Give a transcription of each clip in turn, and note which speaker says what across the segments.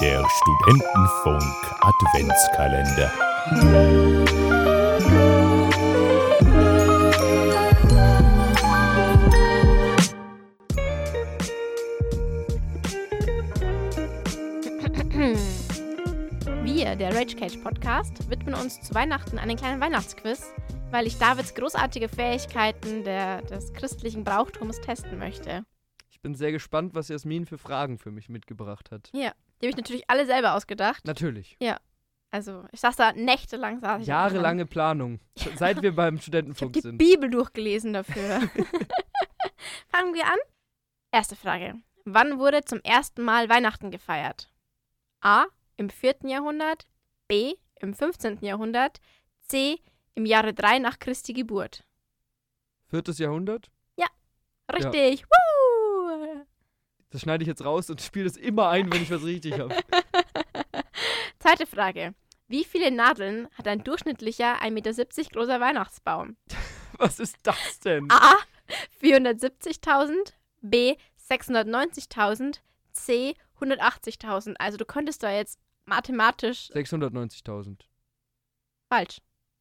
Speaker 1: Der Studentenfunk Adventskalender.
Speaker 2: Wir, der Rage Cage Podcast, widmen uns zu Weihnachten einen kleinen Weihnachtsquiz, weil ich Davids großartige Fähigkeiten der, des christlichen Brauchtums testen möchte.
Speaker 3: Ich bin sehr gespannt, was Jasmin für Fragen für mich mitgebracht hat.
Speaker 2: Die habe ich natürlich alle selber ausgedacht.
Speaker 3: Natürlich.
Speaker 2: Also, ich saß da nächtelang. Saß ich da dran.
Speaker 3: Jahrelange Planung. Seit wir beim
Speaker 2: Ich habe
Speaker 3: Studentenfunk
Speaker 2: die
Speaker 3: sind.
Speaker 2: Bibel durchgelesen dafür. Fangen wir an. Erste Frage. Wann wurde zum ersten Mal Weihnachten gefeiert? A. Im 4. Jahrhundert. B. Im 15. Jahrhundert. C. Im Jahre 3 nach Christi Geburt.
Speaker 3: Viertes Jahrhundert.
Speaker 2: Richtig. Woo!
Speaker 3: Das schneide ich jetzt raus und spiele es immer ein, wenn ich was richtig habe.
Speaker 2: Zweite Frage. Wie viele Nadeln hat ein durchschnittlicher 1,70 Meter großer Weihnachtsbaum?
Speaker 3: Was ist das denn?
Speaker 2: A.
Speaker 3: ah.
Speaker 2: 470.000, B. 690.000, C. 180.000. Also du könntest da jetzt mathematisch
Speaker 3: 690.000.
Speaker 2: falsch.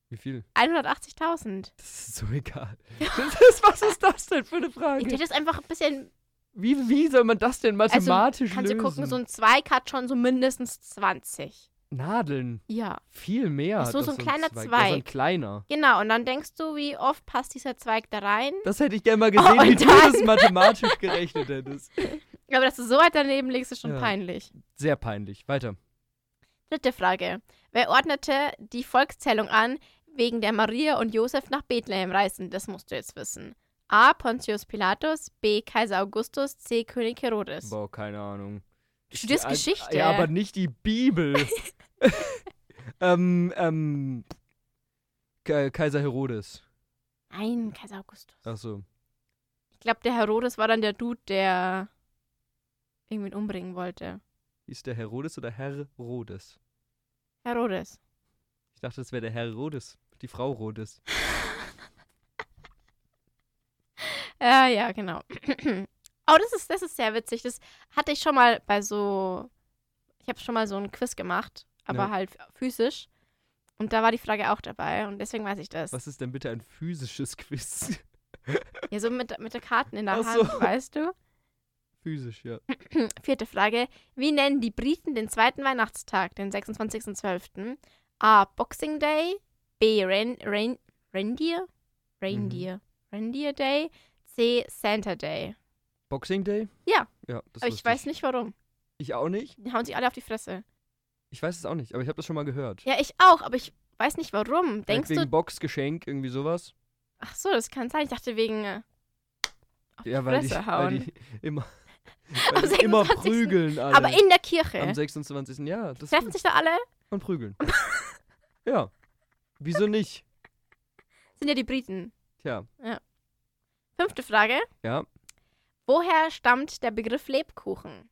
Speaker 3: Wie viel?
Speaker 2: 180.000.
Speaker 3: Das ist so egal. Das ist, was ist das denn für eine
Speaker 2: Ich
Speaker 3: Frage?
Speaker 2: hätte es einfach ein bisschen.
Speaker 3: Wie, wie soll man das denn
Speaker 2: Also
Speaker 3: mathematisch
Speaker 2: kannst du
Speaker 3: lösen?
Speaker 2: gucken, so ein Zweig hat schon so mindestens 20.
Speaker 3: Nadeln.
Speaker 2: Ja.
Speaker 3: Viel mehr.
Speaker 2: Ach so,
Speaker 3: hat
Speaker 2: so ein
Speaker 3: das
Speaker 2: kleiner
Speaker 3: Das ist ein
Speaker 2: Zweig.
Speaker 3: kleiner.
Speaker 2: Genau, und dann denkst du, wie oft passt dieser Zweig da rein?
Speaker 3: Das hätte ich gerne mal gesehen,
Speaker 2: Oh,
Speaker 3: wie
Speaker 2: und
Speaker 3: du
Speaker 2: dann?
Speaker 3: das mathematisch gerechnet hättest.
Speaker 2: Aber dass du so weit daneben liegst, ist schon
Speaker 3: Ja.
Speaker 2: peinlich.
Speaker 3: Sehr peinlich. Weiter.
Speaker 2: Dritte Frage. Wer ordnete die Volkszählung an, wegen der Maria und Josef nach Bethlehem reisen? Das musst du jetzt wissen. A. Pontius Pilatus, B. Kaiser Augustus, C. König Herodes.
Speaker 3: Boah, keine Ahnung.
Speaker 2: Du studierst
Speaker 3: Ja,
Speaker 2: Geschichte.
Speaker 3: Ja, aber nicht die Bibel. ähm, ähm. Ke- Kaiser Herodes.
Speaker 2: Nein, Kaiser Augustus.
Speaker 3: Achso.
Speaker 2: Ich glaube, der Herodes war dann der Dude, der irgendwen umbringen wollte.
Speaker 3: Ist der Herodes oder Herr Rhodes?
Speaker 2: Herodes.
Speaker 3: Ich dachte, es wäre der Herr Rhodes. Die Frau Rhodes.
Speaker 2: Äh, ja, genau. oh, das ist, das ist sehr witzig. Das hatte ich schon mal bei so. Ich habe schon mal so einen Quiz gemacht, aber
Speaker 3: Ja.
Speaker 2: halt physisch. Und da war die Frage auch dabei und deswegen weiß ich das.
Speaker 3: Was ist denn bitte ein physisches Quiz?
Speaker 2: Ja, so mit, mit der Karten in der
Speaker 3: Ach
Speaker 2: Hand,
Speaker 3: so.
Speaker 2: weißt du?
Speaker 3: Physisch, ja.
Speaker 2: Vierte Frage. Wie nennen die Briten den zweiten Weihnachtstag, den 26.12.? A. Boxing Day. B. Ren Ren Reindeer? Reindeer.
Speaker 3: Mhm.
Speaker 2: Reindeer Day. C. Santa Day.
Speaker 3: Boxing Day?
Speaker 2: Ja.
Speaker 3: Ja, das
Speaker 2: Aber ich
Speaker 3: wusste
Speaker 2: weiß nicht warum.
Speaker 3: Ich auch nicht.
Speaker 2: Die hauen sich alle auf die Fresse.
Speaker 3: Ich weiß es auch nicht, aber ich habe das schon mal gehört.
Speaker 2: Ja, ich auch, aber ich weiß nicht warum. Denkst
Speaker 3: wegen
Speaker 2: du.
Speaker 3: Boxgeschenk, irgendwie sowas.
Speaker 2: Ach so, das kann sein. Ich dachte wegen. äh, Auf die
Speaker 3: Ja, weil die,
Speaker 2: Fresse
Speaker 3: weil
Speaker 2: hauen.
Speaker 3: die immer,
Speaker 2: Am
Speaker 3: weil die immer
Speaker 2: 26..
Speaker 3: prügeln alle.
Speaker 2: aber in der Kirche.
Speaker 3: Am 26. Ja, das
Speaker 2: Treffen sich da alle?
Speaker 3: und prügeln. ja. Wieso nicht?
Speaker 2: Sind ja die Briten.
Speaker 3: Tja,
Speaker 2: Fünfte Frage.
Speaker 3: ja.
Speaker 2: Woher stammt der Begriff Lebkuchen?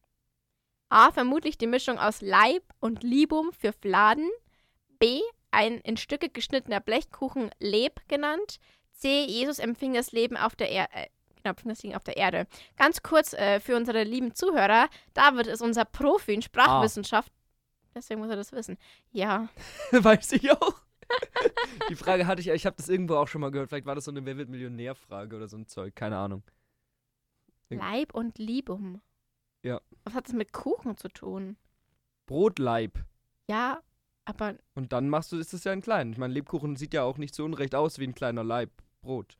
Speaker 2: A. Vermutlich die Mischung aus Leib und Libum für Fladen. B. Ein in Stücke geschnittener Blechkuchen Leb genannt. C. Jesus empfing das Leben auf der Erde. Äh, genau, empfing das Leben auf der Erde. Ganz kurz äh, für unsere lieben Zuhörer: David ist unser Profi in Sprachwissenschaft. Deswegen muss er das wissen. Ja.
Speaker 3: Weiß ich auch. Die Frage hatte ich, ich habe das irgendwo auch schon mal gehört. Vielleicht war das so eine Wer wird Millionär-Frage oder so ein Zeug, keine Ahnung. Ding.
Speaker 2: Leib und Libum.
Speaker 3: Ja.
Speaker 2: Was hat das mit Kuchen zu tun?
Speaker 3: Brotleib.
Speaker 2: Ja, aber
Speaker 3: Und dann machst du, ist es ja ein klein. Ich meine, Lebkuchen sieht ja auch nicht so unrecht aus wie ein kleiner Leib Brot.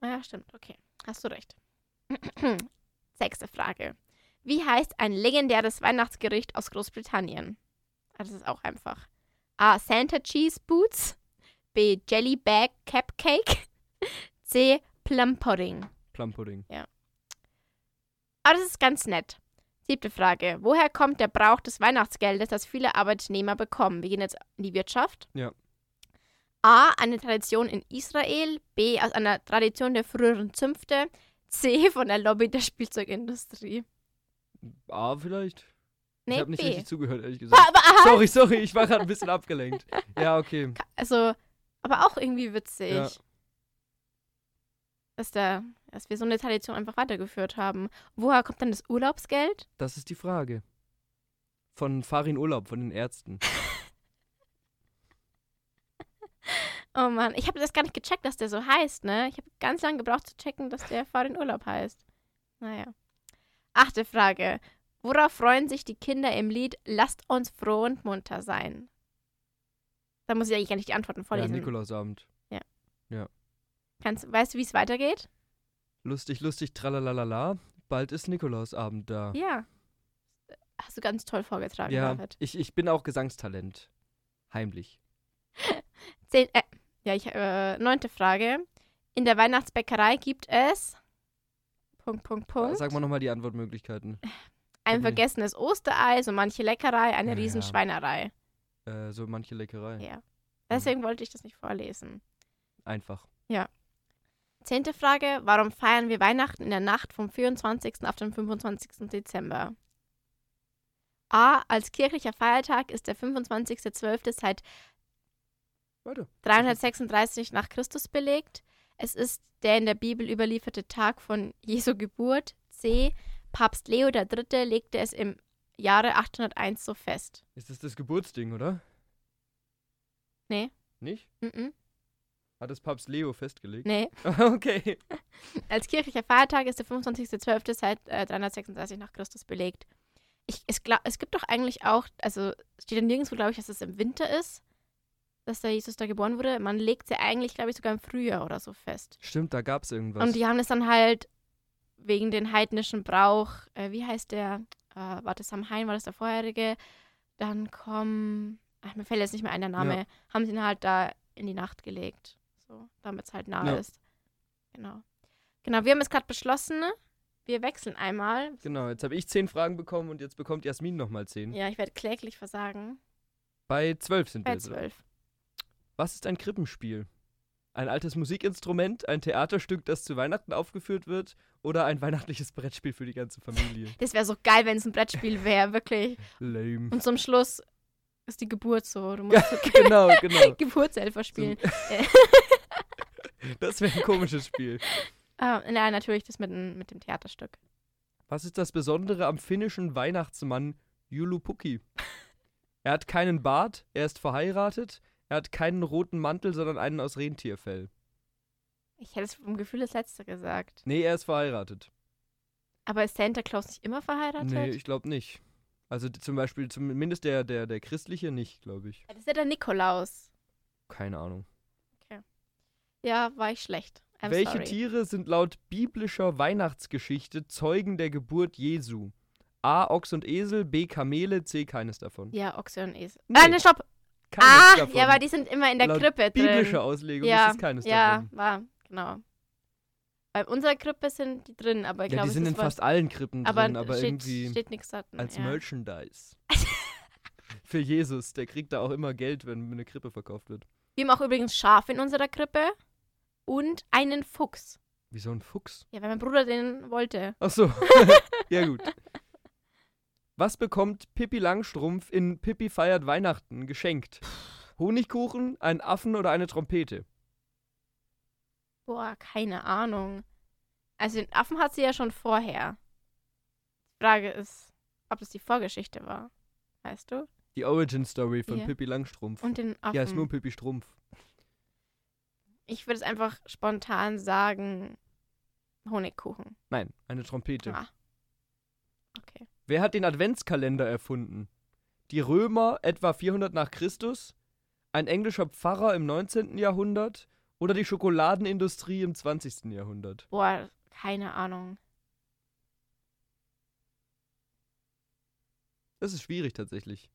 Speaker 2: Ah Ja, stimmt. Okay. Hast du recht. Sechste Frage. Wie heißt ein legendäres Weihnachtsgericht aus Großbritannien? Ah, das ist auch einfach. A. Santa Cheese Boots. B. Jelly Bag Cupcake. C. Plum Pudding.
Speaker 3: Plumpudding.
Speaker 2: Aber das ist ganz nett. Siebte Frage. Woher kommt der Brauch des Weihnachtsgeldes, das viele Arbeitnehmer bekommen? Wir gehen jetzt in die Wirtschaft.
Speaker 3: Ja.
Speaker 2: A. Eine Tradition in Israel. B. Aus einer Tradition der früheren Zünfte. C. Von der Lobby der Spielzeugindustrie.
Speaker 3: A vielleicht?
Speaker 2: Nee,
Speaker 3: ich habe nicht
Speaker 2: B.
Speaker 3: richtig zugehört, ehrlich
Speaker 2: Ah,
Speaker 3: gesagt.
Speaker 2: aber, aha,
Speaker 3: Sorry, sorry, ich war gerade ein bisschen abgelenkt. Ja, okay.
Speaker 2: also, aber auch irgendwie witzig.
Speaker 3: Ja.
Speaker 2: Dass, der, dass wir so eine Tradition einfach weitergeführt haben. Woher kommt dann das Urlaubsgeld?
Speaker 3: Das ist die Frage. Von Farin Urlaub, von den Ärzten.
Speaker 2: Oh Mann, ich habe das gar nicht gecheckt, dass der so heißt, ne? Ich habe ganz lange gebraucht zu checken, dass der Farin Urlaub heißt. Naja. Achte Frage. Worauf freuen sich die Kinder im Lied Lasst uns froh und munter sein? Da muss ich eigentlich gar nicht die Antworten
Speaker 3: Ja,
Speaker 2: vorlesen.
Speaker 3: Nikolausabend.
Speaker 2: Kannst, weißt du, wie es weitergeht?
Speaker 3: Lustig, lustig, tralalala. Bald ist Nikolausabend da.
Speaker 2: Ja. Hast du ganz toll vorgetragen,
Speaker 3: Ja,
Speaker 2: David.
Speaker 3: ich, ich bin auch Gesangstalent. Heimlich.
Speaker 2: Zehn, äh, ja, ich, äh, neunte Frage. In der Weihnachtsbäckerei gibt es. Punkt, Punkt, Punkt.
Speaker 3: Sag mal nochmal die Antwortmöglichkeiten.
Speaker 2: ein
Speaker 3: nicht.
Speaker 2: vergessenes Osterei, so manche Leckerei, eine
Speaker 3: Ja, ja.
Speaker 2: Riesenschweinerei.
Speaker 3: Äh, so manche Leckerei.
Speaker 2: Ja. Deswegen wollte ich das nicht vorlesen.
Speaker 3: Einfach.
Speaker 2: Zehnte Frage. Warum feiern wir Weihnachten in der Nacht vom 24. auf den 25. Dezember? A. Als kirchlicher Feiertag ist der 25.12. seit
Speaker 3: Weiter.
Speaker 2: 336 nach Christus belegt. Es ist der in der Bibel überlieferte Tag von Jesu Geburt. C. Papst Leo III. legte es im Jahre 801 so fest.
Speaker 3: Ist das das Geburtsding, oder?
Speaker 2: Nee.
Speaker 3: Nicht?
Speaker 2: Mhm,
Speaker 3: Hat das Papst Leo festgelegt?
Speaker 2: nee.
Speaker 3: okay.
Speaker 2: Als kirchlicher Feiertag ist der 25.12. seit äh, 336 nach Christus belegt. Ich, es, glaub, es gibt doch eigentlich auch, also steht ja nirgendwo, glaube ich, dass es im Winter ist, dass der Jesus da geboren wurde. Man legt es ja eigentlich, glaube ich, sogar im Frühjahr oder so fest.
Speaker 3: Stimmt, da gab's irgendwas.
Speaker 2: Und die haben das dann halt wegen den heidnischen Brauch, äh, wie heißt der? Äh, war das Samhain, war das der vorherige? Dann kommen, ach, mir fällt jetzt nicht mehr ein der Name, haben sie ihn halt da in die Nacht gelegt. So, damit es halt nah
Speaker 3: Ja.
Speaker 2: ist. Genau. Genau, wir haben es gerade beschlossen. ne? Wir wechseln einmal.
Speaker 3: genau, jetzt habe ich zehn Fragen bekommen und jetzt bekommt Jasmin nochmal zehn.
Speaker 2: Ja, ich werde kläglich versagen.
Speaker 3: Bei zwölf sind
Speaker 2: Bei
Speaker 3: wir. so.
Speaker 2: zwölf.
Speaker 3: Was ist ein Krippenspiel? Ein altes Musikinstrument, ein Theaterstück, das zu Weihnachten aufgeführt wird oder ein weihnachtliches Brettspiel für die ganze Familie?
Speaker 2: Das wäre so geil, wenn es ein Brettspiel wäre, wirklich.
Speaker 3: Lame.
Speaker 2: Und zum Schluss ist die Geburt so. Du musst
Speaker 3: genau, genau.
Speaker 2: Geburtshelfer spielen. Äh,
Speaker 3: Das wäre ein komisches Spiel.
Speaker 2: Ah, na, natürlich das mit, dem- mit dem Theaterstück.
Speaker 3: Was ist das Besondere am finnischen Weihnachtsmann Julupuki? Er hat keinen Bart, er ist verheiratet, er hat keinen roten Mantel, sondern einen aus Rentierfell.
Speaker 2: Ich hätte es vom Gefühl das Letzte gesagt.
Speaker 3: Nee, er ist verheiratet.
Speaker 2: Aber ist Santa Claus nicht immer verheiratet?
Speaker 3: Nee, ich glaube nicht. Also d- zum Beispiel, zumindest der, der, der christliche nicht, glaube ich.
Speaker 2: das ist ja der Nikolaus.
Speaker 3: Keine Ahnung.
Speaker 2: Ja, war ich schlecht. I'm
Speaker 3: Welche
Speaker 2: sorry.
Speaker 3: Tiere sind laut biblischer Weihnachtsgeschichte Zeugen der Geburt Jesu? A. Ochs und Esel, B. Kamele, C. Keines davon.
Speaker 2: Ja, Ochse und Esel.
Speaker 3: Nee,
Speaker 2: ah, ne, stopp.
Speaker 3: Keines
Speaker 2: Ah,
Speaker 3: davon.
Speaker 2: ja, weil die sind immer in der
Speaker 3: Laut
Speaker 2: Krippe drin.
Speaker 3: Biblische Auslegung
Speaker 2: Ja,
Speaker 3: ist es keines
Speaker 2: ja,
Speaker 3: davon.
Speaker 2: war, genau. Bei unserer Krippe sind die drin, aber ich
Speaker 3: Ja,
Speaker 2: glaube,
Speaker 3: die
Speaker 2: es
Speaker 3: sind
Speaker 2: ist
Speaker 3: in
Speaker 2: was-
Speaker 3: fast allen Krippen
Speaker 2: aber
Speaker 3: drin, aber
Speaker 2: steht,
Speaker 3: irgendwie
Speaker 2: steht nichts da drin.
Speaker 3: als
Speaker 2: ja.
Speaker 3: Merchandise. Für Jesus, der kriegt da auch immer Geld, wenn eine Krippe verkauft wird.
Speaker 2: Wir haben auch übrigens Schafe in unserer Krippe und einen Fuchs.
Speaker 3: Wieso ein Fuchs?
Speaker 2: Ja, weil mein Bruder den wollte.
Speaker 3: Ach so. ja, gut. Was bekommt Pippi Langstrumpf in Pippi feiert Weihnachten geschenkt? Honigkuchen, einen Affen oder eine Trompete?
Speaker 2: Boah, keine Ahnung. Also den Affen hat sie ja schon vorher. Die Frage ist, ob das die Vorgeschichte war. Weißt du?
Speaker 3: Die Origin Story von
Speaker 2: Ja.
Speaker 3: Pippi Langstrumpf.
Speaker 2: Und den Affen.
Speaker 3: ja, ist nur Pippi Strumpf.
Speaker 2: ich würde es einfach spontan sagen, Honigkuchen.
Speaker 3: Nein, eine Trompete.
Speaker 2: Ah. Okay.
Speaker 3: Wer hat den Adventskalender erfunden? Die Römer etwa 400 nach Christus? Ein englischer Pfarrer im 19. Jahrhundert? Oder die Schokoladenindustrie im 20. Jahrhundert?
Speaker 2: Boah, keine Ahnung.
Speaker 3: Das ist schwierig tatsächlich.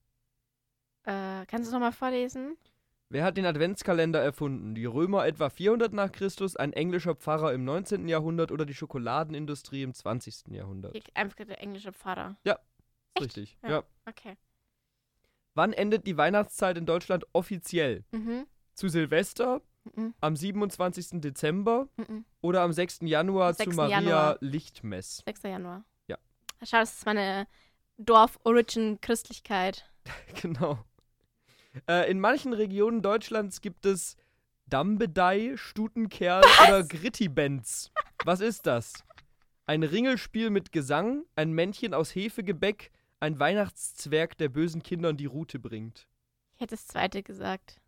Speaker 2: Äh, kannst du es nochmal vorlesen?
Speaker 3: Wer hat den Adventskalender erfunden? Die Römer etwa 400 nach Christus, ein englischer Pfarrer im 19. Jahrhundert oder die Schokoladenindustrie im 20. Jahrhundert?
Speaker 2: Hier, einfach der englische Pfarrer.
Speaker 3: Ist richtig.
Speaker 2: Ja.
Speaker 3: Ja.
Speaker 2: Okay.
Speaker 3: Wann endet die Weihnachtszeit in Deutschland offiziell?
Speaker 2: Mhm.
Speaker 3: Zu Silvester,
Speaker 2: Mhm.
Speaker 3: am 27. Dezember
Speaker 2: Mhm.
Speaker 3: oder am 6. Januar
Speaker 2: Am 6.
Speaker 3: zu Maria
Speaker 2: Januar.
Speaker 3: Lichtmess?
Speaker 2: 6. Januar.
Speaker 3: Ja.
Speaker 2: Schade, das ist meine Dorf-Origin-Christlichkeit.
Speaker 3: Genau. Äh, in manchen Regionen Deutschlands gibt es Dambedei, Stutenkerl oder Grittibenz. Was ist das? Ein Ringelspiel mit Gesang, ein Männchen aus Hefegebäck, ein Weihnachtszwerg der bösen Kindern die Rute bringt.
Speaker 2: Ich hätte das zweite gesagt.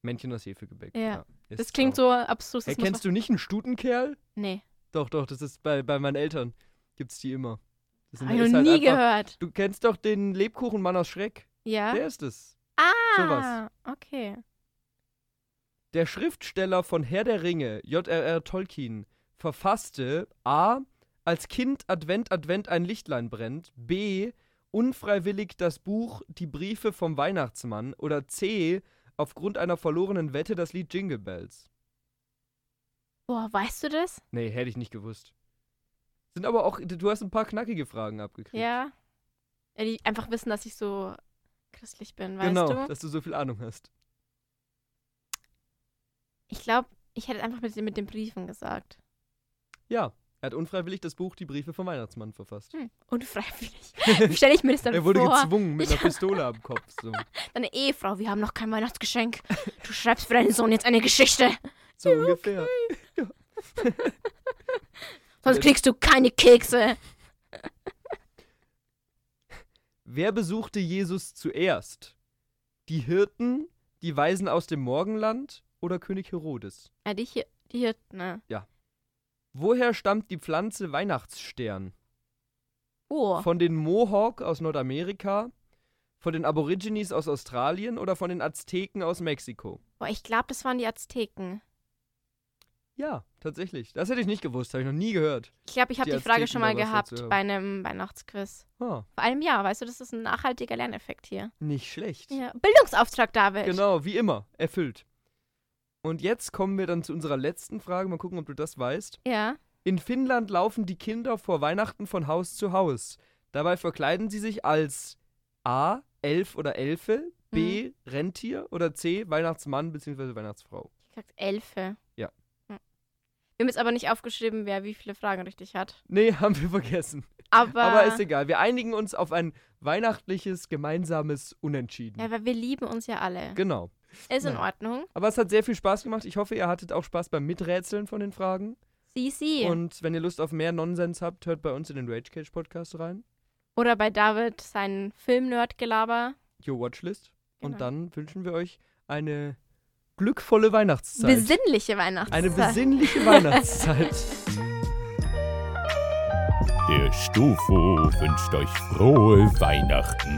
Speaker 3: Männchen aus Hefegebäck.
Speaker 2: Ja.
Speaker 3: ist
Speaker 2: Das klingt
Speaker 3: auch.
Speaker 2: so abstrus.
Speaker 3: Hey,
Speaker 2: das muss
Speaker 3: kennst du nicht einen Stutenkerl?
Speaker 2: man- Nee.
Speaker 3: Doch, doch, das ist bei, bei meinen Eltern. Gibt's die immer. Das
Speaker 2: Habe
Speaker 3: sind-
Speaker 2: ich noch
Speaker 3: ist halt
Speaker 2: nie
Speaker 3: einfach-
Speaker 2: gehört.
Speaker 3: Du kennst doch den Lebkuchenmann aus Schreck.
Speaker 2: Ja.
Speaker 3: Der ist es.
Speaker 2: ah,
Speaker 3: sowas.
Speaker 2: okay.
Speaker 3: Der Schriftsteller von Herr der Ringe, J.R.R. Tolkien, verfasste A. Als Kind Advent, Advent ein Lichtlein brennt. B. Unfreiwillig das Buch Die Briefe vom Weihnachtsmann. Oder C. Aufgrund einer verlorenen Wette das Lied Jingle Bells.
Speaker 2: Boah, weißt du das?
Speaker 3: Nee, hätte ich nicht gewusst. Sind aber auch, du hast ein paar knackige Fragen abgekriegt.
Speaker 2: Ja. ja. Die einfach wissen, dass ich so christlich bin, weißt
Speaker 3: genau,
Speaker 2: du?
Speaker 3: dass du so viel Ahnung hast.
Speaker 2: Ich glaube, ich hätte einfach mit, den- mit den Briefen gesagt.
Speaker 3: Ja, er hat unfreiwillig das Buch Die Briefe vom Weihnachtsmann verfasst.
Speaker 2: Hm. Unfreiwillig. Wie stelle ich mir das dann
Speaker 3: Er wurde
Speaker 2: vor?
Speaker 3: gezwungen mit einer Pistole am Kopf. So,
Speaker 2: Deine Ehefrau, wir haben noch kein Weihnachtsgeschenk. Du schreibst für deinen Sohn jetzt eine Geschichte.
Speaker 3: so ungefähr.
Speaker 2: Sonst kriegst du keine Kekse.
Speaker 3: Wer besuchte Jesus zuerst? Die Hirten, die Weisen aus dem Morgenland oder König Herodes?
Speaker 2: Ja, die, hier, die Hirten, ne?
Speaker 3: Woher stammt die Pflanze Weihnachtsstern?
Speaker 2: Oh,
Speaker 3: Von den Mohawk aus Nordamerika, von den Aborigines aus Australien oder von den Azteken aus Mexiko?
Speaker 2: Boah, ich glaube, das waren die Azteken.
Speaker 3: Ja, tatsächlich. Das hätte ich nicht gewusst, habe ich noch nie gehört.
Speaker 2: Ich glaube, ich habe
Speaker 3: Die
Speaker 2: die, Frage
Speaker 3: Azteken
Speaker 2: schon mal
Speaker 3: da was
Speaker 2: gehabt
Speaker 3: dazu haben.
Speaker 2: bei einem Weihnachtsquiz.
Speaker 3: Ah,
Speaker 2: Vor allem ja, weißt du, das ist ein nachhaltiger Lerneffekt hier.
Speaker 3: nicht schlecht.
Speaker 2: Ja. Bildungsauftrag, David.
Speaker 3: Genau, wie immer, erfüllt. Und jetzt kommen wir dann zu unserer letzten Frage. Mal gucken, ob du das weißt.
Speaker 2: Ja.
Speaker 3: In Finnland laufen die Kinder vor Weihnachten von Haus zu Haus. Dabei verkleiden sie sich als A. Elf oder Elfe, B. Rentier oder C. Weihnachtsmann bzw. Weihnachtsfrau.
Speaker 2: Ich sag Elfe.
Speaker 3: Ja.
Speaker 2: Hm. Wir haben jetzt aber nicht aufgeschrieben, wer wie viele Fragen richtig hat.
Speaker 3: Nee, haben wir vergessen.
Speaker 2: Aber,
Speaker 3: Aber ist egal. Wir einigen uns auf ein weihnachtliches gemeinsames Unentschieden.
Speaker 2: ja, weil wir lieben uns ja alle.
Speaker 3: genau.
Speaker 2: ist in
Speaker 3: nein.
Speaker 2: Ordnung.
Speaker 3: Aber es hat sehr viel Spaß gemacht. Ich hoffe, ihr hattet auch Spaß beim Miträtseln von den Fragen.
Speaker 2: Sie, sie.
Speaker 3: Und wenn ihr Lust auf mehr Nonsens habt, hört bei uns in den Rage Cage Podcast rein.
Speaker 2: Oder bei David sein Film-Nerd-Gelaber.
Speaker 3: Your Watchlist. Und
Speaker 2: Genau.
Speaker 3: dann wünschen wir euch eine glückvolle Weihnachtszeit.
Speaker 2: Besinnliche Weihnachtszeit.
Speaker 3: eine besinnliche Weihnachtszeit.
Speaker 1: Der Stufo wünscht euch frohe Weihnachten.